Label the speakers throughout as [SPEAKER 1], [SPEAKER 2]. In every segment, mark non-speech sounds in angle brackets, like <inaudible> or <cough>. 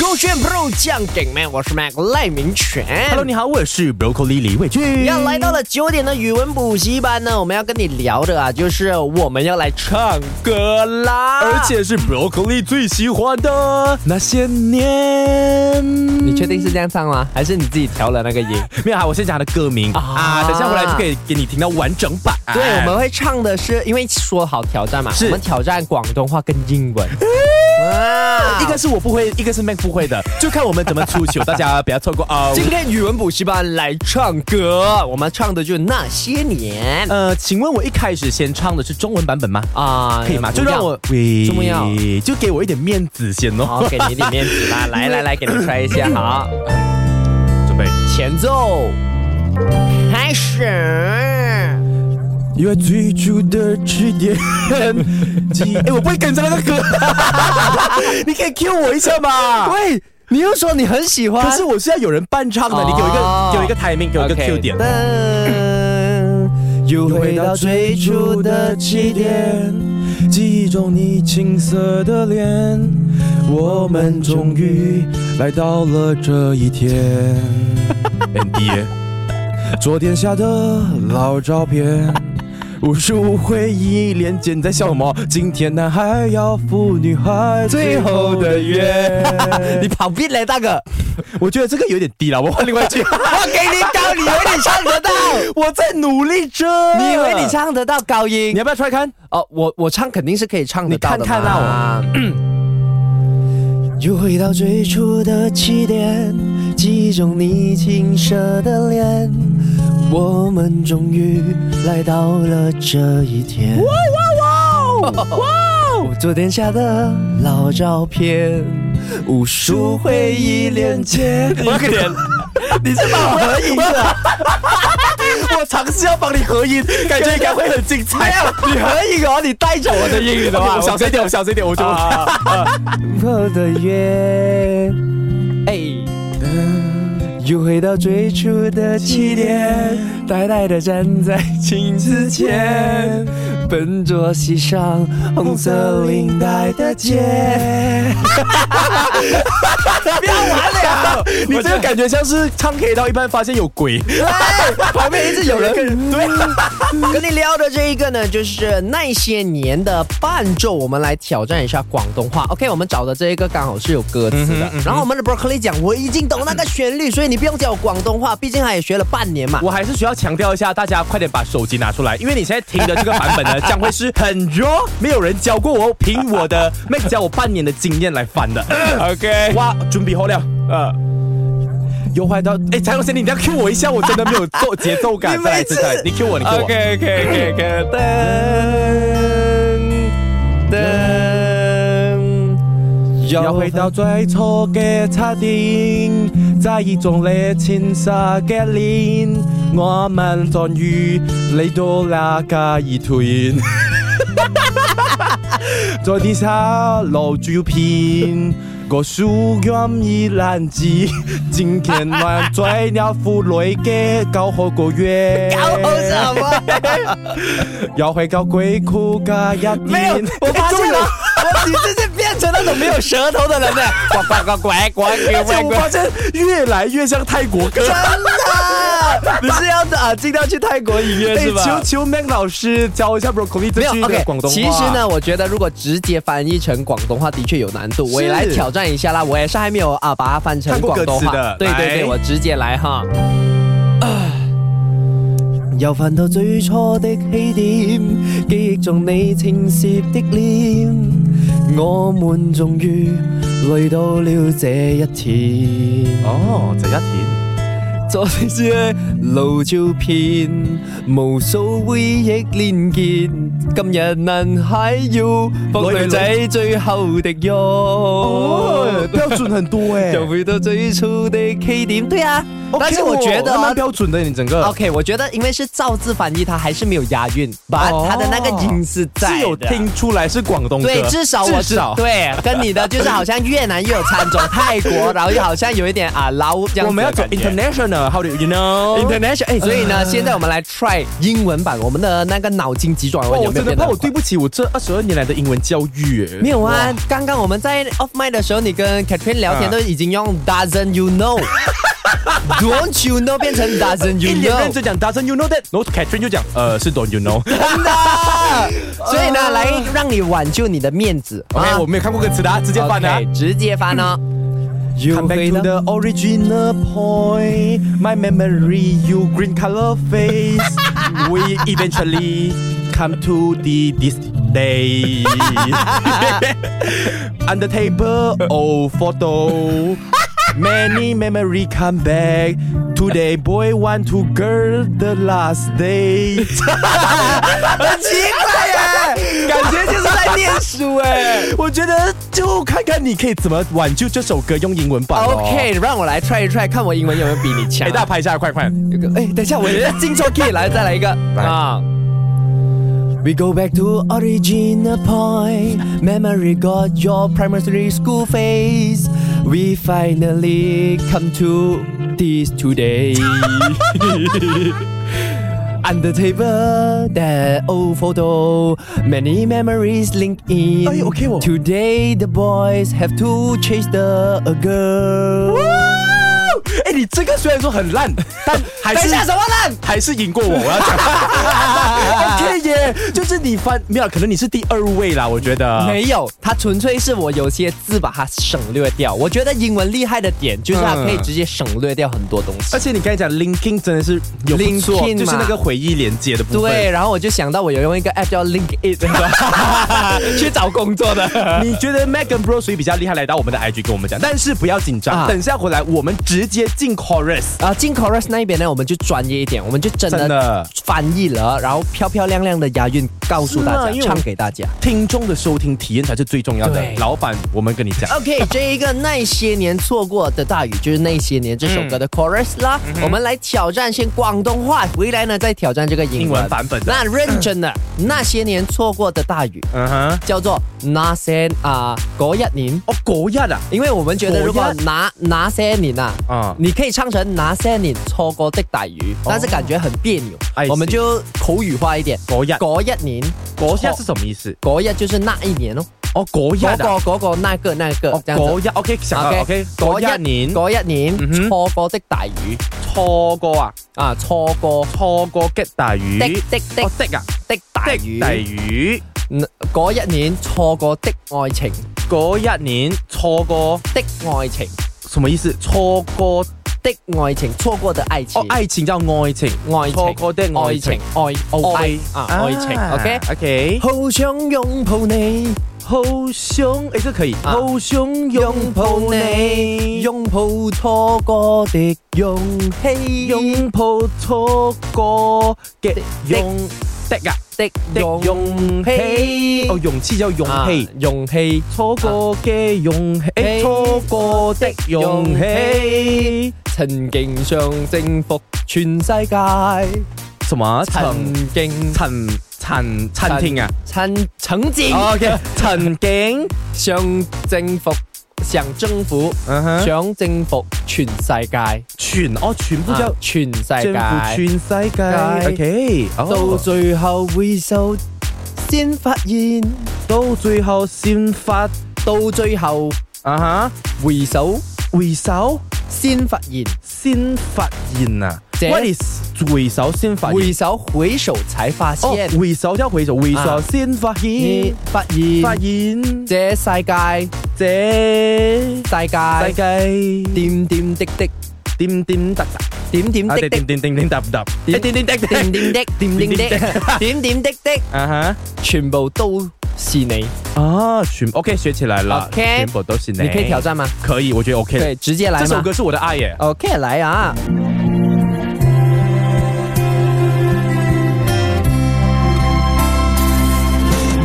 [SPEAKER 1] 勾选 Pro 酱顶 man，我是 Mac 赖明全。
[SPEAKER 2] Hello，你好，我是 Broccoli 李伟俊。
[SPEAKER 1] 要来到了九点的语文补习班呢，我们要跟你聊的啊，就是我们要来唱歌啦，
[SPEAKER 2] 而且是 Broccoli 最喜欢的那些年。
[SPEAKER 1] 你确定是这样唱吗？还是你自己调了那个音？
[SPEAKER 2] 没有啊？我先讲他的歌名
[SPEAKER 1] 啊
[SPEAKER 2] 啊，等下回来就可以给你听到完整版。哎
[SPEAKER 1] 对，我们会啊唱的是，因为说好挑战嘛，
[SPEAKER 2] 是
[SPEAKER 1] 我们挑战广东话跟英 <laughs> 文。啊
[SPEAKER 2] 一
[SPEAKER 1] 哇
[SPEAKER 2] 个是我不会，一个是 Mac 不会的，就看我们怎么出糗，大家不要错过
[SPEAKER 1] <laughs>
[SPEAKER 2] 哦。
[SPEAKER 1] 今天语文补习班来唱歌，我们唱的就是那些年
[SPEAKER 2] 呃，请问我一开始先唱的是中文版本吗？
[SPEAKER 1] 啊，
[SPEAKER 2] 可以吗？
[SPEAKER 1] 不
[SPEAKER 2] 就让我
[SPEAKER 1] 重不要，
[SPEAKER 2] 就给我一点面子先哦
[SPEAKER 1] 好，。给你一点面子啦，来来来，给 <laughs> 你 try 一下，好。
[SPEAKER 2] 准备。
[SPEAKER 1] 前奏，开始。
[SPEAKER 2] 因为最初的起 <laughs> 点，记忆哎，我不会跟着那个歌， <laughs> 你可以 cue 我一下 <laughs> 嘛。
[SPEAKER 1] 喂，你又说你很喜欢
[SPEAKER 2] 可是我是要有人伴唱的，你给我一
[SPEAKER 1] 哦
[SPEAKER 2] 个，给我一个 timing，给我一个
[SPEAKER 1] OK，
[SPEAKER 2] cue 点。
[SPEAKER 1] <laughs> 噔又回到最初的起点，，
[SPEAKER 2] 记忆中你青涩的脸，我们终于来到了这一天。很低耶，昨天下的老照片，无数回忆连接。你在笑什么？今天男孩要赴女孩最后的约。
[SPEAKER 1] <laughs> 你跑偏嘞，大哥！
[SPEAKER 2] 我觉得这个有点低了，我换另外一
[SPEAKER 1] <laughs>
[SPEAKER 2] 句。
[SPEAKER 1] 我给你高，你以为你唱得到？
[SPEAKER 2] <laughs> 我在努力着。
[SPEAKER 1] 你以为你？唱得到高音
[SPEAKER 2] 你？要不要 try 看？
[SPEAKER 1] 哦，我我唱肯定是可以唱得到的嘛。
[SPEAKER 2] 你看看啊
[SPEAKER 1] <clears throat> 又回到最初的起点，记忆中你青涩的脸，我们终于来到了这一天。哇哇哇！哇！昨天下的老照片，无数回忆连接。
[SPEAKER 2] 我个脸。
[SPEAKER 1] 你是把合影 <laughs> 的？
[SPEAKER 2] 我尝试要帮你合音，感觉应该会很精彩。
[SPEAKER 1] 你合影哦，你带走我的英语的
[SPEAKER 2] OK，
[SPEAKER 1] 话，
[SPEAKER 2] 我啊小声一点，我小声一点，我就。 <laughs>
[SPEAKER 1] 后的约，哎，又回到最初的起点，呆呆的站在镜子前，笨拙系上红色领带的结。
[SPEAKER 2] <laughs> 你这个感觉像是唱 K 到一半发现有鬼，
[SPEAKER 1] <laughs> 旁边一直有人跟
[SPEAKER 2] 对，
[SPEAKER 1] <laughs> 跟你聊的这一个呢，就是那些年的伴奏，我们来挑战一下广东话。OK，我们找的这一个刚好是有歌词的，然后我们的 Broccoli 讲我已经懂那个旋律，所以你不用教我广东话，毕竟他也学了半年嘛。
[SPEAKER 2] 我还是需要强调一下，大家快点把手机拿出来，因为你现在听的这个版本 <laughs> 呢，将会是很弱，没有人教过我，凭我的妹子教我半年的经验来翻的。OK，哇，准备好了，呃。又坏到哎，才龙先生，你一定要 Q 我一下，我真的没有奏节奏感。
[SPEAKER 1] 你
[SPEAKER 2] 再来一
[SPEAKER 1] 妹
[SPEAKER 2] 次，
[SPEAKER 1] 子
[SPEAKER 2] 再来一次 <laughs> 你 Q 我，你 Q 我。
[SPEAKER 1] OK OK OK OK，噔噔，
[SPEAKER 2] 又回到最初嘅七點，在意中你前世嘅臉，我們終於嚟到那家一團。 <laughs> 在地下留照片，我數音已難止，今天晚醉了婦女嘅九號個月。
[SPEAKER 1] 搞什么？
[SPEAKER 2] 又回到鬼哭嘅一點。
[SPEAKER 1] <laughs> 没有，我发
[SPEAKER 2] 哎
[SPEAKER 1] 现
[SPEAKER 2] 終于
[SPEAKER 1] 了，
[SPEAKER 2] <laughs>
[SPEAKER 1] 你这是变成那种没有舌头的人 <laughs> 了。呱呱呱呱呱
[SPEAKER 2] 而且
[SPEAKER 1] 呱
[SPEAKER 2] 我
[SPEAKER 1] 呱
[SPEAKER 2] 发现越来越像泰国歌。
[SPEAKER 1] 真 <laughs> 的，你是要啊进到去泰国影院是吧？
[SPEAKER 2] 哎求求 Mac 老师教一下 Broccoli 这
[SPEAKER 1] 没有
[SPEAKER 2] 句的
[SPEAKER 1] OK，
[SPEAKER 2] 广东话。
[SPEAKER 1] 其实，呢，我觉得如果直接翻译成广东话的确有难度，我也来挑战一下啦。我也是还没有啊，把它翻成
[SPEAKER 2] 看过
[SPEAKER 1] 广
[SPEAKER 2] 歌
[SPEAKER 1] 东
[SPEAKER 2] 词
[SPEAKER 1] 话
[SPEAKER 2] 的。
[SPEAKER 1] 对对
[SPEAKER 2] 来
[SPEAKER 1] 对，我直接来哈。又翻到最初的起點，記憶中你青涩的臉，我們終於來到了這一天。
[SPEAKER 2] 哦，这一田
[SPEAKER 1] 昨天嘅老照片，無數回憶連結。今日男孩要放女仔最後的約，
[SPEAKER 2] 哦，标准很多哎，
[SPEAKER 1] 又回到最初的 K 點。对啊
[SPEAKER 2] OK
[SPEAKER 1] <laughs> 但是我觉得
[SPEAKER 2] 哦还
[SPEAKER 1] 啊
[SPEAKER 2] 蛮。标准的，你整个
[SPEAKER 1] OK，我觉得因为是照字翻译，它还是没有押韵，把
[SPEAKER 2] 哦
[SPEAKER 1] 它的那个音是在的。
[SPEAKER 2] 是有听出来是广东歌，
[SPEAKER 1] 对，至少我
[SPEAKER 2] 至少。
[SPEAKER 1] 对，跟你的就是好像越南又有掺种泰国，然后又好像有一点啊老这样
[SPEAKER 2] 我
[SPEAKER 1] 子的感觉。
[SPEAKER 2] 们要走 international International，How do you know？
[SPEAKER 1] International，哎，所以呢，现在我们来 try 英文版，我们的那个脑筋急转
[SPEAKER 2] 哦
[SPEAKER 1] 弯有
[SPEAKER 2] 我
[SPEAKER 1] 没
[SPEAKER 2] 真
[SPEAKER 1] 有
[SPEAKER 2] 的
[SPEAKER 1] 变
[SPEAKER 2] 怕
[SPEAKER 1] 得
[SPEAKER 2] 我对不起我这二十二年来的英文教育耶。
[SPEAKER 1] 没有啊，刚刚我们在 off mic 的时候，你跟 Catherine 聊天
[SPEAKER 2] 啊
[SPEAKER 1] 都已经用 doesn't
[SPEAKER 2] <laughs>
[SPEAKER 1] you know，don't you know 变成 doesn't
[SPEAKER 2] 一
[SPEAKER 1] you
[SPEAKER 2] 脸认
[SPEAKER 1] know，
[SPEAKER 2] 真讲，Doesn't you know that？然后 Catherine 就讲，呃，是 Don't you
[SPEAKER 1] <laughs>
[SPEAKER 2] know？
[SPEAKER 1] 真的。所以呢，来让你挽救你的面子
[SPEAKER 2] 呃 OK，
[SPEAKER 1] 啊
[SPEAKER 2] 我没有看过歌词的啊，直接翻的啊。嗯
[SPEAKER 1] OK，直接翻哦。
[SPEAKER 2] Come back to the original point. My memory, you green color face. <laughs> we eventually come to the this <laughs> day. Under table, old photo. Many memory come back. Today, boy want to girl the last day.
[SPEAKER 1] 很奇怪耶， <laughs> 感觉就是在念书哎。
[SPEAKER 2] <laughs> 我觉得就看看你可以怎么挽救这首歌用英文 <laughs> 版、哦。
[SPEAKER 1] OK，让我来 try 一 try，看我英文有没有比你强
[SPEAKER 2] 哎，。大家拍一下，快快。
[SPEAKER 1] 有个哎，等一下，我进错 key，来再来一个啊。We go back to original point. Memory got your primary school face. We finally come to this today. <laughs> Under table, that old photo, many memories link in.
[SPEAKER 2] 哎，OK 哦
[SPEAKER 1] Today the boys have to chase the a girl.
[SPEAKER 2] 哎、你这个虽然说很
[SPEAKER 1] <laughs>
[SPEAKER 2] 烂，但还
[SPEAKER 1] 等一
[SPEAKER 2] 是啊
[SPEAKER 1] 下什么烂？
[SPEAKER 2] 还是赢过我，我要
[SPEAKER 1] <laughs>
[SPEAKER 2] 讲。OK 耶，就是你翻没有，可能你是第二位啦，我觉得。
[SPEAKER 1] 没有，它纯粹是我有些字把它省略掉。我觉得英文厉害的点就是它可以直接省略掉很多东西。
[SPEAKER 2] 而且你刚才讲 linking 真的是有不错
[SPEAKER 1] linking 嘛
[SPEAKER 2] 就是那个回忆连接的部分。
[SPEAKER 1] 对，然后我就想到我有用一个 app 叫 Link It
[SPEAKER 2] <laughs>
[SPEAKER 1] 去找工作的。
[SPEAKER 2] 你觉得 Mac 跟 Bro 谁比较厉害？来到我们的 IG 跟我们讲，但是不要紧张，
[SPEAKER 1] 啊
[SPEAKER 2] 等一下回来我们直接进 chorus。
[SPEAKER 1] 啊，进 chorus 那一边呢，我们就专业一点，我们就真
[SPEAKER 2] 真
[SPEAKER 1] 的
[SPEAKER 2] 的
[SPEAKER 1] 翻译了，然后漂漂亮亮的押韵告诉大
[SPEAKER 2] 是啊
[SPEAKER 1] 家，
[SPEAKER 2] 因为我
[SPEAKER 1] 唱给大家。
[SPEAKER 2] 听众的收听体验才是最重要的
[SPEAKER 1] 对。
[SPEAKER 2] 老板，我们跟你讲。 <laughs>
[SPEAKER 1] OK，这一个那些年错过的大雨，就是那些年这首歌
[SPEAKER 2] 嗯
[SPEAKER 1] 的 chorus 啦。我们来挑战先广东话，回来呢再挑战这个英文
[SPEAKER 2] 英文版嗯本的
[SPEAKER 1] 那认真的，那些年错过的大雨
[SPEAKER 2] 嗯哼，
[SPEAKER 1] 叫做那些啊嗰一年，
[SPEAKER 2] 哦，国亚啊，
[SPEAKER 1] 因为我们觉得如果
[SPEAKER 2] 嗰
[SPEAKER 1] 拿那些年啊。
[SPEAKER 2] 啊，哦
[SPEAKER 1] 你可以唱成那些年错过的大雨，但是感觉很别扭
[SPEAKER 2] I，see
[SPEAKER 1] 我们就口语化一点。
[SPEAKER 2] 国亚，
[SPEAKER 1] 嗰一年，
[SPEAKER 2] 国亚是什么意思？
[SPEAKER 1] 嗰一就是那一年哦，
[SPEAKER 2] 哦，国
[SPEAKER 1] 嗰
[SPEAKER 2] 亚的
[SPEAKER 1] 個。嗰個那個那個
[SPEAKER 2] 哦，
[SPEAKER 1] 這樣子
[SPEAKER 2] 嗰一 OK 想到 OK，嗰
[SPEAKER 1] 嗰一
[SPEAKER 2] 一年
[SPEAKER 1] 嗰一年
[SPEAKER 2] 嗯哼
[SPEAKER 1] 錯過的大雨
[SPEAKER 2] 錯過啊，
[SPEAKER 1] 啊，錯過
[SPEAKER 2] 錯過擊大魚，
[SPEAKER 1] 的的的
[SPEAKER 2] 哦的啊，
[SPEAKER 1] 的大雨，
[SPEAKER 2] 大魚，
[SPEAKER 1] 嗯嗰一年錯過的愛情
[SPEAKER 2] 嗰一年錯過
[SPEAKER 1] 的愛情
[SPEAKER 2] 什麼意思？錯過
[SPEAKER 1] 的愛情，錯過的愛情
[SPEAKER 2] 哦，，愛情叫愛情，
[SPEAKER 1] 愛情
[SPEAKER 2] 錯過的愛情，
[SPEAKER 1] 愛哦愛啊愛情，OK。
[SPEAKER 2] OK，
[SPEAKER 1] 好想擁抱你，
[SPEAKER 2] 好想誒，這可以，
[SPEAKER 1] 啊
[SPEAKER 2] 好想擁抱你，擁
[SPEAKER 1] 擁抱錯過的勇氣，
[SPEAKER 2] 擁抱錯過嘅勇的啊，
[SPEAKER 1] 的
[SPEAKER 2] 的勇氣，哦，勇氣叫勇氣。
[SPEAKER 1] 啊勇氣。
[SPEAKER 2] 错过嘅勇气，
[SPEAKER 1] 哎
[SPEAKER 2] 诶错过的勇气，
[SPEAKER 1] 曾經想征服全世界。
[SPEAKER 2] 什么
[SPEAKER 1] 曾
[SPEAKER 2] 曾
[SPEAKER 1] 經
[SPEAKER 2] 曾曾
[SPEAKER 1] 曾
[SPEAKER 2] 餐厅啊
[SPEAKER 1] 曾曾經
[SPEAKER 2] ？OK，曾經，
[SPEAKER 1] 想征服，想征服，
[SPEAKER 2] 嗯哼，
[SPEAKER 1] 想征服全世界，
[SPEAKER 2] 全哦全部
[SPEAKER 1] 啊
[SPEAKER 2] 就
[SPEAKER 1] 全世
[SPEAKER 2] 征服
[SPEAKER 1] 界，
[SPEAKER 2] 全世界，OK，
[SPEAKER 1] 到
[SPEAKER 2] 哦
[SPEAKER 1] 最後回首先發現，
[SPEAKER 2] 到最後先發
[SPEAKER 1] 到最後
[SPEAKER 2] 啊哈，
[SPEAKER 1] 回首
[SPEAKER 2] 回首
[SPEAKER 1] 先發現，
[SPEAKER 2] 先發現啊
[SPEAKER 1] 這
[SPEAKER 2] à. ，What is 回首先發現
[SPEAKER 1] 回？首回首才發
[SPEAKER 2] 哦
[SPEAKER 1] 現，，
[SPEAKER 2] 回首即係回首，回首
[SPEAKER 1] 啊
[SPEAKER 2] 先發
[SPEAKER 1] 你
[SPEAKER 2] 現，
[SPEAKER 1] 發
[SPEAKER 2] 發
[SPEAKER 1] 現
[SPEAKER 2] 現
[SPEAKER 1] 這世界
[SPEAKER 2] 這世
[SPEAKER 1] 世界
[SPEAKER 2] 界。
[SPEAKER 1] 點點滴滴
[SPEAKER 2] 點點突突，
[SPEAKER 1] 點點
[SPEAKER 2] 啊
[SPEAKER 1] 滴
[SPEAKER 2] 點
[SPEAKER 1] 滴
[SPEAKER 2] 點點點點突突，
[SPEAKER 1] 點
[SPEAKER 2] 點點點滴
[SPEAKER 1] 點
[SPEAKER 2] 滴，
[SPEAKER 1] 點滴點點滴
[SPEAKER 2] <laughs>
[SPEAKER 1] 點點滴滴。
[SPEAKER 2] 啊
[SPEAKER 1] 全部都是你，
[SPEAKER 2] 哈，啊全 OK 學起來了
[SPEAKER 1] OK
[SPEAKER 2] 全部都是你，
[SPEAKER 1] 你可以挑，战吗？
[SPEAKER 2] 可以，我覺得 OK
[SPEAKER 1] 对，
[SPEAKER 2] 的。
[SPEAKER 1] 直接来
[SPEAKER 2] 這
[SPEAKER 1] 嘛。
[SPEAKER 2] 首歌是我的愛耶，
[SPEAKER 1] OK，来啊！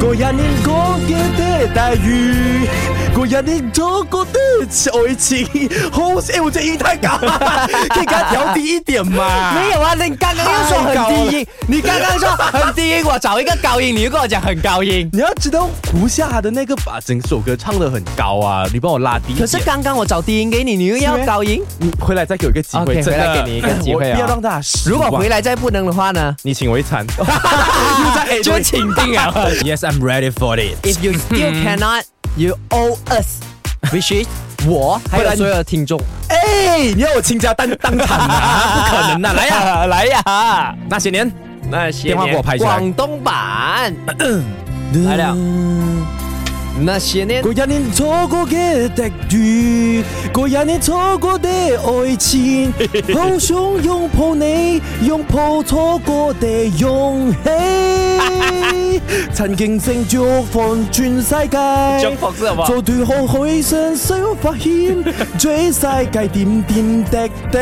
[SPEAKER 2] 嗰一年嗰嘅的
[SPEAKER 3] 大雨，個人已都覺得愛情好。哎、我這音太
[SPEAKER 1] <laughs>
[SPEAKER 3] 高了，可以給它調低一點嘛？
[SPEAKER 1] 没有啊，你刚刚又说很低音，你刚刚说很低音，我找一个高音，你又跟我讲很高音。
[SPEAKER 3] 你要知道胡夏的那個把整首歌唱得很高啊，你帮我拉低一點。
[SPEAKER 1] 可是刚刚我找低音给你，你又要高音。
[SPEAKER 3] 你回来再给我一个机会
[SPEAKER 1] OK，
[SPEAKER 3] 真的
[SPEAKER 1] 回来给你一个机会
[SPEAKER 3] 我
[SPEAKER 1] 啊
[SPEAKER 3] 不要让大家失
[SPEAKER 1] 如
[SPEAKER 3] 望。
[SPEAKER 1] 果回来再不能的话呢，
[SPEAKER 3] 你请我一
[SPEAKER 1] <laughs>
[SPEAKER 3] 餐，又 <laughs> 在 A
[SPEAKER 1] 哎就请定啊。
[SPEAKER 3] Yes, I'm ready for it.
[SPEAKER 1] If you still cannot, you owe us, which is 我还有所有的听众。
[SPEAKER 3] 哎，你要我倾家荡荡产啊？不可能的、啊，来呀、
[SPEAKER 2] 아,
[SPEAKER 1] 来呀！
[SPEAKER 3] 那些年，
[SPEAKER 1] 那些
[SPEAKER 3] 电话给我拍起来
[SPEAKER 1] 广东版
[SPEAKER 2] 来
[SPEAKER 1] 了那些年
[SPEAKER 2] 嗰一年錯過嘅的雨，嗰一年錯過的愛情，好想擁抱你，擁抱錯過的勇氣。曾經成祝福全世界，
[SPEAKER 1] 服是嘛？
[SPEAKER 2] 做段好去上需要發現， <laughs> 最世界點點滴滴。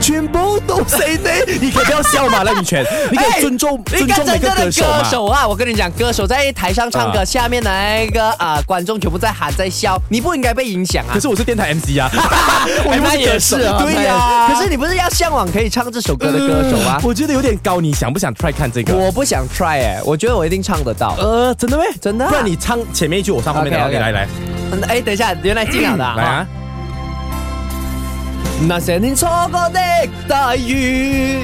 [SPEAKER 2] 全部都是你，你可以不要笑嘛，赖宇 <laughs> 全，你可以尊重、
[SPEAKER 1] 你
[SPEAKER 2] 尊重每
[SPEAKER 1] 真
[SPEAKER 2] 个
[SPEAKER 1] 正的
[SPEAKER 2] 歌手嘛
[SPEAKER 1] 歌。手啊！我跟你讲，歌手在台上唱歌，
[SPEAKER 2] 啊
[SPEAKER 1] 下面的那个啊、呃观众全部在喊在笑，你不应该被影响啊
[SPEAKER 2] 可！是我是电台 MC 啊，我
[SPEAKER 1] 哎
[SPEAKER 2] 又不
[SPEAKER 1] 那也
[SPEAKER 2] 歌
[SPEAKER 1] 是
[SPEAKER 2] 手
[SPEAKER 1] 啊，
[SPEAKER 2] 对
[SPEAKER 1] 那也
[SPEAKER 2] 呀、
[SPEAKER 1] 是可是你不是要向往可以唱这首歌的歌手吗？
[SPEAKER 2] 我觉得有点高，你想不想 try 看这个？
[SPEAKER 1] 我不想 try 哎、我觉得我一定唱得到。
[SPEAKER 2] 呃，真的咩？
[SPEAKER 1] 真的啊
[SPEAKER 2] 不然你唱前面一句，我唱后面的。
[SPEAKER 1] OK，OK
[SPEAKER 2] 来来
[SPEAKER 1] 嗯哎，等一下，原来进了的
[SPEAKER 2] 来
[SPEAKER 1] 啊！
[SPEAKER 2] 啊！
[SPEAKER 1] 那些年错过的大雨，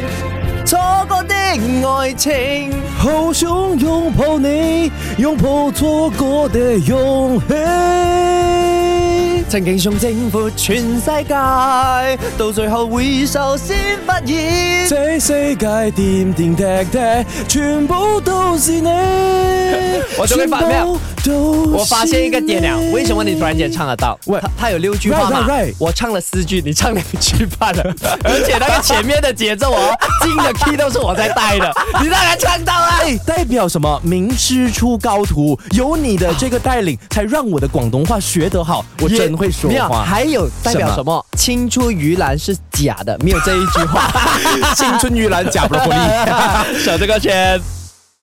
[SPEAKER 1] 错过的爱情，
[SPEAKER 2] 好想拥抱你，拥抱错过的勇气。
[SPEAKER 1] 曾經想征服全世界，到最後回首先發現。
[SPEAKER 2] 这世界點點滴滴，全部都是 <laughs> 你。
[SPEAKER 1] 我終於發咩
[SPEAKER 2] 全部
[SPEAKER 1] 啊
[SPEAKER 2] 都是你
[SPEAKER 1] 我发现一个点
[SPEAKER 2] 啊
[SPEAKER 1] 了，为什么你突然间唱得到？
[SPEAKER 2] 喂
[SPEAKER 1] 他他有六句话嘛
[SPEAKER 2] Right, right, right
[SPEAKER 1] 我唱了四句，你唱两句半
[SPEAKER 2] <laughs>
[SPEAKER 1] 了，而且那个前面的节奏哦，进的 key 都是我在带的，你当然唱到了。
[SPEAKER 2] <laughs> 哎，代表什么？名师出高徒，有你的这个带领，才让我的广东话学得好。我真会说
[SPEAKER 1] 没
[SPEAKER 2] <laughs>
[SPEAKER 1] 有，
[SPEAKER 2] 话。
[SPEAKER 1] 还有代表什
[SPEAKER 2] 什
[SPEAKER 1] 么？青出于蓝是假的，没有这一句话。
[SPEAKER 2] 青春玉兰假不容易。
[SPEAKER 1] 小这个圈。